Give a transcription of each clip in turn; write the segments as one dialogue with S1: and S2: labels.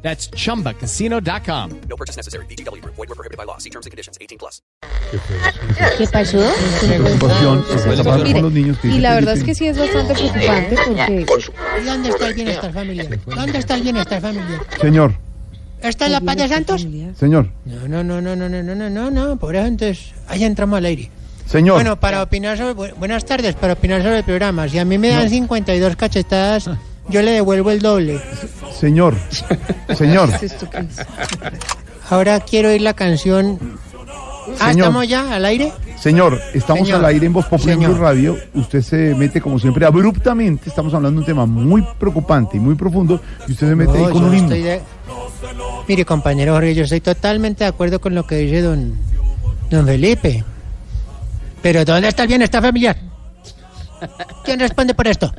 S1: That's chumbacasino.com.
S2: No purchase necessary. VGW Group. Void were prohibited by law. See terms and conditions. 18 plus.
S3: ¿Qué pasó?
S4: preocupación es acabar
S3: pues, Mire,
S4: con los niños.
S3: Y la verdad es que sí es bastante preocupante porque pues,
S5: ¿Y dónde está el bienestar familiar? ¿Dónde está el bienestar familiar?
S4: Señor,
S5: ¿Está en la playa Santos?
S4: señor,
S5: No, no, no, no, no, no, no, no, no, no. Por eso entonces, ahí entramos al aire.
S4: señor.
S5: Bueno, para opinar sobre. bu- Buenas tardes, para opinar sobre el programa. Si a mí me dan 52 cachetadas, yo le devuelvo el doble.
S4: señor, señor,
S3: ah,
S5: Ahora quiero oír la canción.
S4: Señor.
S5: Ah, ¿estamos ya al aire?
S4: señor, estamos
S5: Señor.
S4: al aire en Voz Popular
S5: Señor.
S4: Blue Radio. Usted se mete, como siempre, abruptamente. Estamos hablando de un tema muy preocupante y muy profundo. Y usted se mete
S5: No,
S4: ahí con
S5: yo
S4: un himno.
S5: estoy de- Mire, compañero Jorge, yo estoy totalmente de acuerdo con lo que dice don, don Felipe. Pero ¿dónde está el bienestar familiar? ¿Quién responde por esto?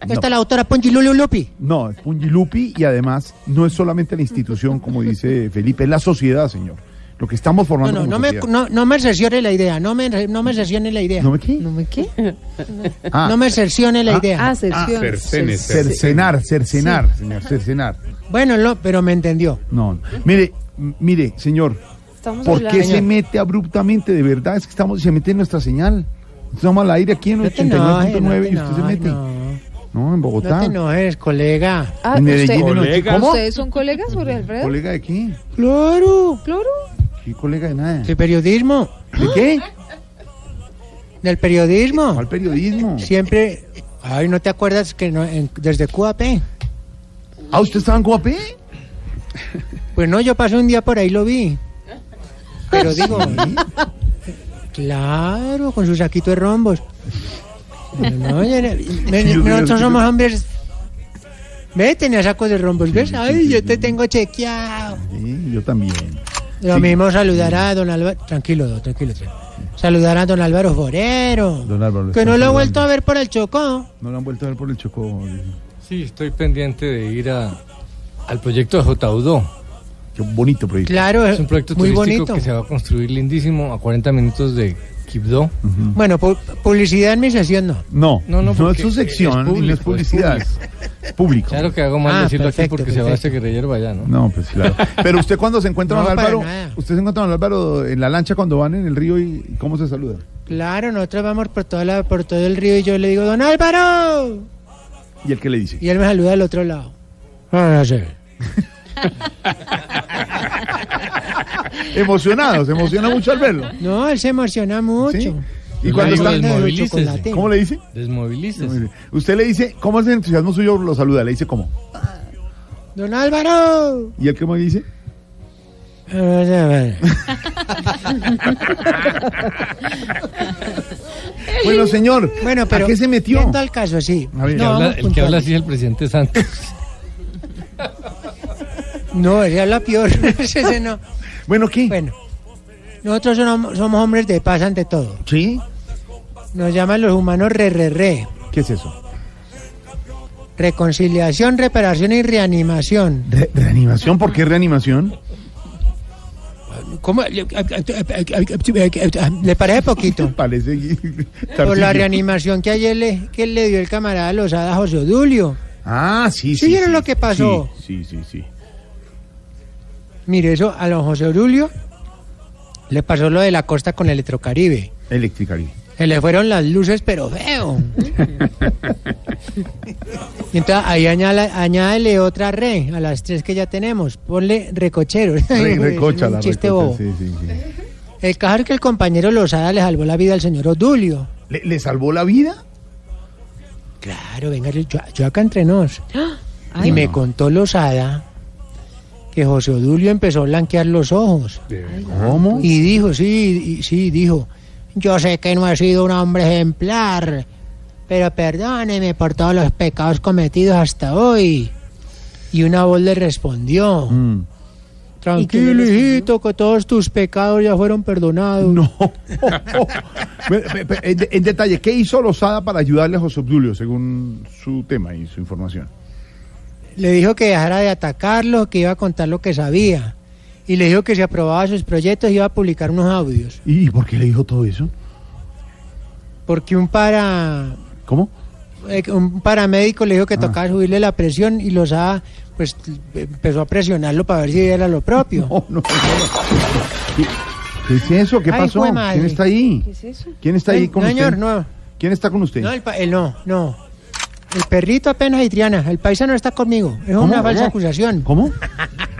S5: ¿Dónde está la autora Pongi Lulu Lupi?
S4: No, es Pungilupi y además no es solamente la institución, como dice Felipe, es la sociedad, señor. Lo que estamos
S5: No,
S4: formando
S5: no,
S4: como
S5: no me,
S4: sociedad.
S5: no, no me cerciore la idea, no me, no me cercione la idea.
S4: ¿No me qué?
S6: ¿Me qué?
S4: Ah,
S5: No me cercione la idea.
S6: Ah, sección.
S7: cercenes.
S4: cercenar, cercenar, señor, cercenar.
S5: Bueno, lo- pero me entendió.
S4: No, no. mire, m- mire, señor,
S6: Estamos
S4: ¿por qué
S6: hablando-
S4: se mete abruptamente? De verdad, es que estamos, se mete en nuestra señal. Estamos al aire aquí en
S5: No te
S4: 89.9
S5: enojes, no te
S4: y usted se
S5: enojes,
S4: mete. No,
S5: no.
S4: en
S5: No
S4: Bogotá.
S5: te enojes, colega.
S6: Ah,
S4: en
S6: usted-
S4: Medellín. en
S7: Colega.
S4: Noche- ¿Cómo?
S6: ¿Ustedes son colegas, Jorge Alfredo?
S4: ¿Colega de qué?
S5: Claro.
S6: ¿Cloro?
S4: ¿Qué colega de nada?
S5: ¿Del periodismo?
S4: ¿De qué?
S5: ¿Del periodismo?
S4: ¿Cuál periodismo?
S5: Siempre. Ay, ¿no te acuerdas que no, en- desde QAP?
S4: Ah, ¿usted estaba en Coap?
S5: Pues no, yo pasé un día por ahí lo vi. Pero digo, claro, con su saquito de rombos. Pero no, ya era- me-
S4: Dios mío,
S5: nosotros
S4: Dios
S5: somos hombres. Ve, tenía saco de rombos, ¿ves? Ay, yo te tengo chequeado.
S4: Sí, yo también.
S5: Lo
S4: Sí.
S5: mismo saludará a don Álvaro. Tranquilo, don, tranquilo. tranquilo. Saludará a don Álvaro Forero.
S4: Don Álvaro, lo
S5: que
S4: está
S5: no lo he
S4: saludando.
S5: vuelto a ver por el Chocó.
S4: No lo han vuelto a ver por el Chocó.
S8: Sí, estoy pendiente de ir a, al proyecto de Jotaudó.
S4: Qué bonito proyecto.
S5: Claro,
S8: Es un proyecto
S5: muy
S8: turístico
S5: bonito.
S8: que se va a construir lindísimo a 40 minutos de Quibdó.
S5: Bueno, pu- publicidad en mi sesión no.
S4: No, no,
S8: No, no,
S4: es
S8: porque
S4: su sección
S8: es público,
S4: y no es publicidad.
S8: es
S4: Es público.
S8: Claro que hago mal
S5: Ah,
S8: decirlo
S5: perfecto,
S8: aquí porque se va a
S5: perfecto.
S8: este guerrillero allá, ¿no?
S4: No, pues claro. Pero usted cuando se encuentra
S5: No,
S4: don
S5: para
S4: Álvaro,
S5: nada.
S4: usted se encuentra don Álvaro en la lancha cuando van en el río y y cómo se saluda.
S5: Claro, nosotros vamos por toda la, por todo el río y yo le digo, Don Álvaro.
S4: ¿Y el que le dice?
S5: Y él me saluda al otro lado. Ah, no sé.
S4: Emocionado, se emociona mucho al verlo.
S5: No, él se emociona mucho.
S4: ¿Sí? Y
S8: Pues Le
S4: cuando
S8: digo, Pues-
S4: está,
S8: desmovilícese.
S5: Chocolate.
S4: ¿cómo le dice?
S8: Desmovilices.
S4: Usted le dice, ¿cómo es el entusiasmo suyo? Lo saluda, le dice cómo.
S5: Don Álvaro.
S4: ¿Y el que me dice?
S5: Ah, no sé, bueno.
S4: Bueno, señor,
S5: Bueno, pero
S4: ¿a qué se metió?
S5: yendo al caso, sí.
S4: A ver,
S8: El que
S5: no,
S8: habla-
S5: vamos
S8: el que habla
S5: puntuales.
S8: así es el presidente Santos.
S5: No, ese habla peor. Ese no.
S4: Bueno, ¿qué?
S5: Bueno, nosotros somos, somos hombres de paz ante todo.
S4: ¿Sí?
S5: Nos llaman los humanos re, re, re.
S4: ¿Qué es eso?
S5: Reconciliación, reparación y reanimación.
S4: Re- ¿Reanimación? ¿Por qué reanimación?
S5: ¿Cómo? Le parece poquito.
S4: Parece...
S5: Por la
S4: Tarcisio.
S5: reanimación que ayer le, que le dio el camarada Lozada a José Odulio.
S4: Ah, sí,
S5: ¿Sí
S4: sí.
S5: vieron
S4: sí,
S5: lo que pasó?
S4: Sí, sí, sí. sí.
S5: Mire, eso a don José Odulio le pasó lo de la costa con Electrocaribe.
S4: Electricarí.
S5: Se le fueron las luces, pero feo. Y Entonces ahí añala- añádele otra re a las tres que ya tenemos. Ponle recochero.
S4: Re-
S5: Es
S4: recocha
S5: un
S4: la
S5: chiste
S4: recocha,
S5: bobo.
S4: sí, sí, sí.
S5: El caso es que el compañero Lozada le salvó la vida al señor Odulio.
S4: ¿Le, le salvó la vida?
S5: Claro, venga, yo, yo acá entre nos.
S6: Ay,
S5: y me
S4: no.
S5: contó Lozada que José Odulio empezó a blanquear los ojos.
S4: ¿Cómo?
S5: Y dijo, sí, y- sí, dijo, yo sé que no he sido un hombre ejemplar, pero perdóneme por todos los pecados cometidos hasta hoy. Y una voz le respondió,
S4: Mm.
S5: Tranquilo,
S3: ¿Y qué le
S5: hijito, que todos tus pecados ya fueron perdonados.
S4: No. Pero, pero, pero, en, de- en detalle, ¿qué hizo Lozada para ayudarle a José Obdulio, según su tema y su información?
S5: Le dijo que dejara de atacarlo, que iba a contar lo que sabía. Y le dijo que si aprobaba sus proyectos iba a publicar unos audios.
S4: ¿Y, y por qué le dijo todo eso?
S5: Porque un para
S4: ¿Cómo?
S5: eh, un paramédico le dijo
S4: Ah.
S5: que tocaba subirle la presión y los ha pues empezó a presionarlo para ver si era lo propio.
S4: Oh, no, no, no. ¿Qué, qué es eso? ¿Qué
S5: Ay,
S4: pasó?
S5: jue madre.
S4: ¿Quién está ahí?
S3: ¿Qué es eso?
S4: ¿Quién está ahí
S5: No,
S4: con
S5: señor,
S4: usted?
S5: no.
S4: ¿Quién está con usted?
S5: No, el pa- eh, no, no. El perrito apenas y Triana, el paisano está conmigo. Es
S4: ¿Cómo?
S5: una falsa
S4: ¿Cómo?
S5: acusación.
S4: ¿Cómo?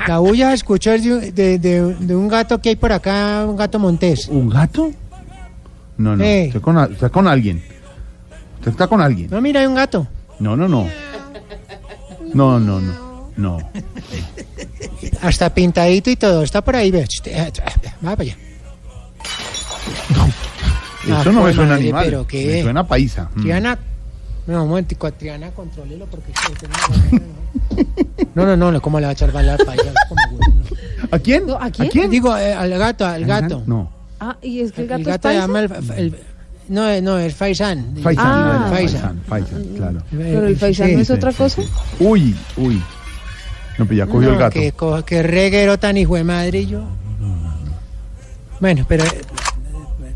S5: La bulla escuchó es de, de- de- de un gato que hay por acá, un gato montés.
S4: ¿Un gato? No, no.
S5: Ey.
S4: Está, con, a- está con alguien. Usted está con alguien.
S5: No, mira, hay un gato.
S4: No, no, no. No, no, no. No.
S5: Hasta pintadito y todo. Está por ahí, ve. Va para allá. Ah,
S4: Eso no me
S5: jue
S4: suena
S5: madre,
S4: animal.
S5: ¿pero qué?
S4: Me suena paisa. Mm.
S5: Triana, no, un momentico, Triana, contrólelo porque... es que usted No, no, no, no, ¿cómo le va a echar bala para allá? Como güey,
S4: ¿A quién?
S3: No, ¿a quién?
S5: no. Digo, eh, al gato, al gato.
S4: No.
S3: Ah, y es que el
S5: El
S3: gato,
S5: gato
S3: es paisa.
S5: llama el, el- no, eh, no, es Faisán.
S4: Faisán.
S3: Ah. Mm.
S4: bueno,
S5: Faisán. Eh,
S4: Faisán, Faisán, claro.
S3: Pero el paisano
S5: Sí.
S3: es otra cosa.
S4: Uy, uy. No, pero ya cogió el
S5: No,
S4: gato.
S5: Que, co- que reguero tan hijo de madre yo. Bueno, pero eh,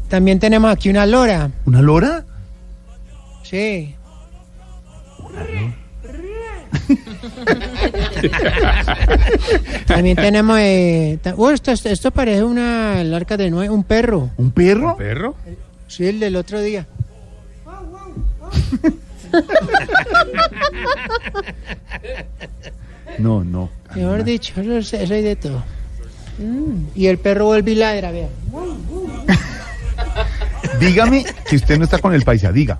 S5: también tenemos aquí una lora.
S4: ¿Una lora?
S5: Sí. También tenemos. eh, ta- oh, esto, esto- esto parece una el arca de Noé, un perro.
S4: ¿Un perro?
S6: ¿Perro?
S5: Sí, el del otro día.
S4: No, no.
S5: Mejor dicho, yo sé- soy de todo. Mm. Y el perro vuelve y ladra, vea.
S4: Dígame que usted no está con el paisa, diga.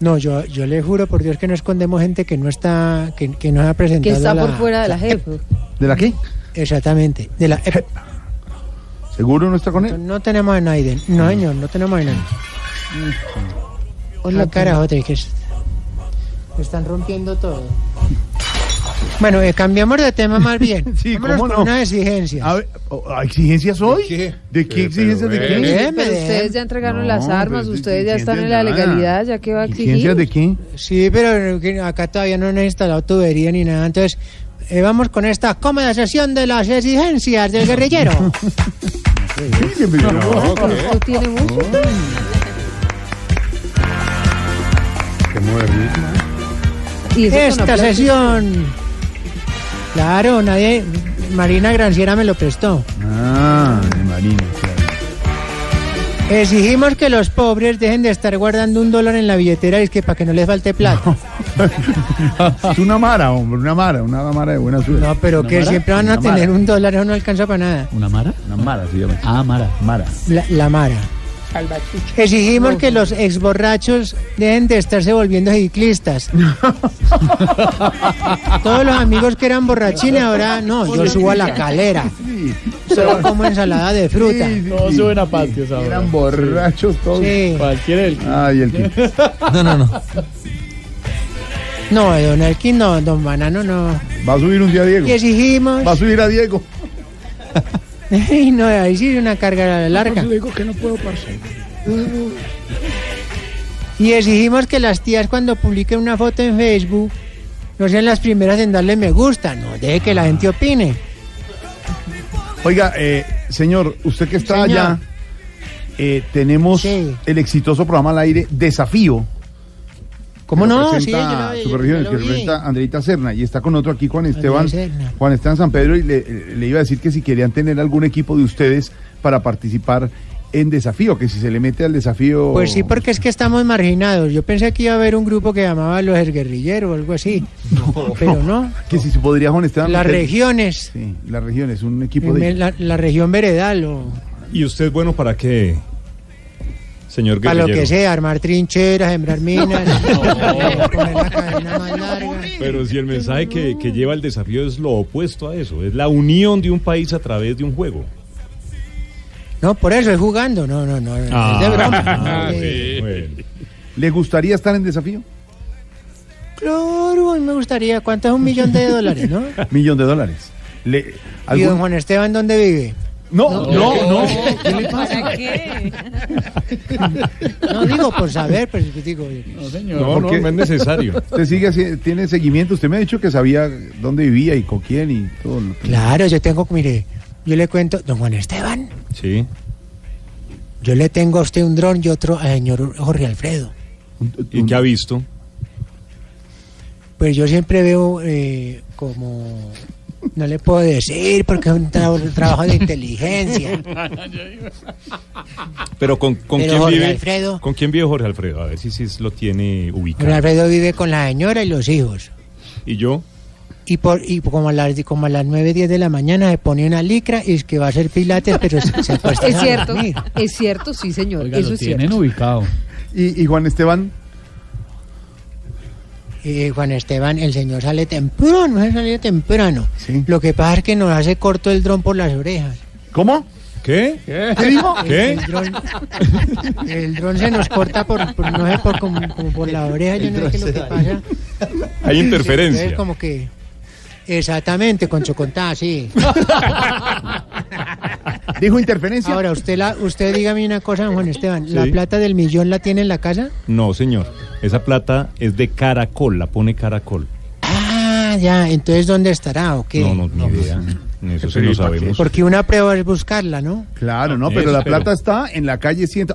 S5: No, yo, yo le juro por Dios que no escondemos gente que no está, que, que no ha presentado.
S3: Que
S5: a
S3: está
S5: la-
S3: por fuera de la jefe.
S4: ¿De la qué?
S5: Exactamente. De la EP.
S4: ¿Seguro no está con él?
S5: No tenemos a nadie.
S4: Mm.
S5: No, señor, no tenemos a nadie. Hola, carajo, te- que es- están rompiendo todo. Bueno, eh, cambiamos de tema más bien.
S4: Sí,
S5: Vámonos
S4: ¿cómo
S5: con
S4: no?
S5: Una exigencia.
S4: A ver, ¿o- ¿a ¿exigencias hoy?
S6: qué?
S4: ¿De qué
S6: Pero,
S4: exigencias de
S6: pero,
S4: qué?
S6: eh.
S5: Déjeme,
S3: Pero
S5: déjeme.
S3: ustedes ya entregaron
S4: No,
S3: las armas,
S4: pero es
S3: ustedes ya están en la
S4: exigencias nada.
S3: legalidad, ya que va a
S4: ¿Exigencias de
S3: exigir.
S4: qué?
S5: Sí, pero que acá todavía no han instalado tubería ni nada. Entonces, eh, vamos con esta cómoda sesión de las exigencias del guerrillero.
S4: Sí, me-
S6: No, ¿qué?
S3: ¿Esto tiene música?
S6: Qué modernismo.
S3: Y eso con
S5: Esta
S3: aplausos.
S5: sesión. Claro, nadie. Marina Granciera me lo prestó.
S4: Ah, de Marina, claro.
S5: Exigimos que los pobres dejen de estar guardando un dólar en la billetera y es que para que no les falte plata.
S4: Es una mara, hombre, una mara, una mara de buena suerte.
S5: No, pero que siempre van a
S4: Una mara.
S5: tener un dólar, eso no alcanza para nada.
S7: ¿Una Mara?
S4: Una mara se llama.
S7: Ah, Mara.
S4: Mara.
S5: La, la Mara. Exigimos que los exborrachos dejen de estarse volviendo ciclistas. Todos los amigos que eran borrachines ahora no, yo subo a la calera.
S4: Sí,
S5: Solo como ensalada de fruta.
S4: sí, sí,
S7: Todos
S4: sí,
S7: suben a
S4: sí.
S7: patios ahora.
S4: Eran borrachos todos.
S5: Sí.
S7: Cualquiera del
S4: Ay, el que.
S7: No, no, no.
S5: No, don Elkin no, don Banano no.
S4: Va a subir un día Diego.
S5: Y exigimos.
S4: Va a subir a Diego.
S5: Ay, no, ahí sí es una carga larga.
S7: digo que no puedo pasar.
S5: Y exigimos que las tías cuando publiquen una foto en Facebook no sean las primeras en darle me gusta, no, deje que la gente opine.
S4: Oiga, eh, señor, usted que está
S5: Señor.
S4: allá, eh, tenemos
S5: Sí.
S4: el exitoso programa al aire Desafío.
S5: ¿Cómo
S4: que
S5: no?
S4: representa
S5: Sí, yo lo- yo-
S4: Superregiones,
S5: yo
S4: que
S5: lo vi.
S4: representa Andreita Serna. Y está con otro aquí, Juan Esteban.
S5: Serna.
S4: Juan Esteban San Pedro. Y le, le iba a decir que si querían tener algún equipo de ustedes para participar en Desafío, que si se le mete al desafío.
S5: Pues sí, porque es que estamos marginados. Yo pensé que iba a haber un grupo que llamaba los guerrilleros o algo así, pero no.
S4: Que si se podría, Juan Esteban.
S5: Las
S4: meter-
S5: regiones,
S4: Sí, la región es un equipo de.
S5: la, la región veredal o
S6: ¿Y usted bueno para qué, señor
S5: para
S6: guerrillero?
S5: lo que sea, armar trincheras, sembrar minas, poner la cadena más larga.
S6: Pero si el mensaje que, que lleva el desafío es lo opuesto a eso, es la unión de un país a través de un juego.
S5: No, por eso es jugando, no, no, no. es Ah,
S6: Ah,
S5: de broma. No, de-
S6: Bueno.
S4: ¿Le gustaría estar en desafío?
S5: Claro, a mí me gustaría. ¿Cuánto es un millón de dólares, no?
S4: Millón de dólares. Le-
S5: ¿Y don
S4: algún-
S5: Juan Esteban dónde vive?
S4: No, no, no. ¿Qué le pasa?
S9: ¿Para qué?
S5: No digo por saber, pero digo.
S7: No, señor.
S6: No, no,
S4: porque-
S6: no es necesario.
S4: Usted sigue haci- tiene seguimiento. Usted me ha dicho que sabía dónde vivía y con quién y todo. lo que-
S5: Claro, yo tengo, mire, yo le cuento, don Juan Esteban,
S6: Sí.
S5: yo le tengo a usted un dron y otro al señor Jorge Alfredo.
S4: Un-
S6: ¿Y
S4: un-
S6: qué ha visto?
S5: Pues yo siempre veo eh, como. No le puedo decir porque es un tra- trabajo de inteligencia.
S6: Pero con, con
S5: Pero
S6: quién
S5: Jorge
S6: vive.
S5: Alfredo.
S6: ¿Con quién vive Jorge Alfredo? A ver si, si lo tiene
S5: Jorge
S6: ubicado.
S5: Alfredo vive con la señora y los hijos.
S6: ¿Y yo?
S5: Y, por, y como, a las, como a las 9, 10 de la mañana se pone una licra y es que va a hacer pilates, pero se, se acuesta
S3: Es
S5: a
S3: cierto,
S5: dormir.
S3: es cierto, sí, señor.
S7: Oiga,
S3: eso
S7: lo
S3: es cierto.
S7: tienen ubicado.
S4: y- y Juan Esteban.
S5: Eh, Juan Esteban, el señor sale temprano, él sale temprano.
S4: Sí.
S5: Lo que pasa es que nos hace corto el dron por las orejas.
S4: ¿Cómo?
S6: ¿Qué?
S4: ¿Qué dijo?
S6: ¿Qué?
S5: El dron, el dron se nos corta por, por- no sé, por, como, como por la oreja, yo no sé qué es lo que pasa.
S6: Hay interferencia.
S5: Entonces, como que... Exactamente, con Chocontá, sí.
S4: ¿Dijo interferencia?
S5: Ahora, usted la, usted dígame una cosa, don Juan Esteban. ¿La
S6: Sí.
S5: plata del millón la tiene en la casa?
S6: No, señor. Esa plata es de caracol, la pone caracol.
S5: Ah, ya. Entonces, ¿dónde estará o qué? pues,
S6: No, no, ni idea. Eso sí
S4: Pero
S6: no
S4: ¿y para qué?
S6: sabemos.
S5: Porque una prueba es buscarla, ¿no?
S4: Claro, no,
S6: Eh,
S4: pero la
S6: espero.
S4: plata está en la calle 100.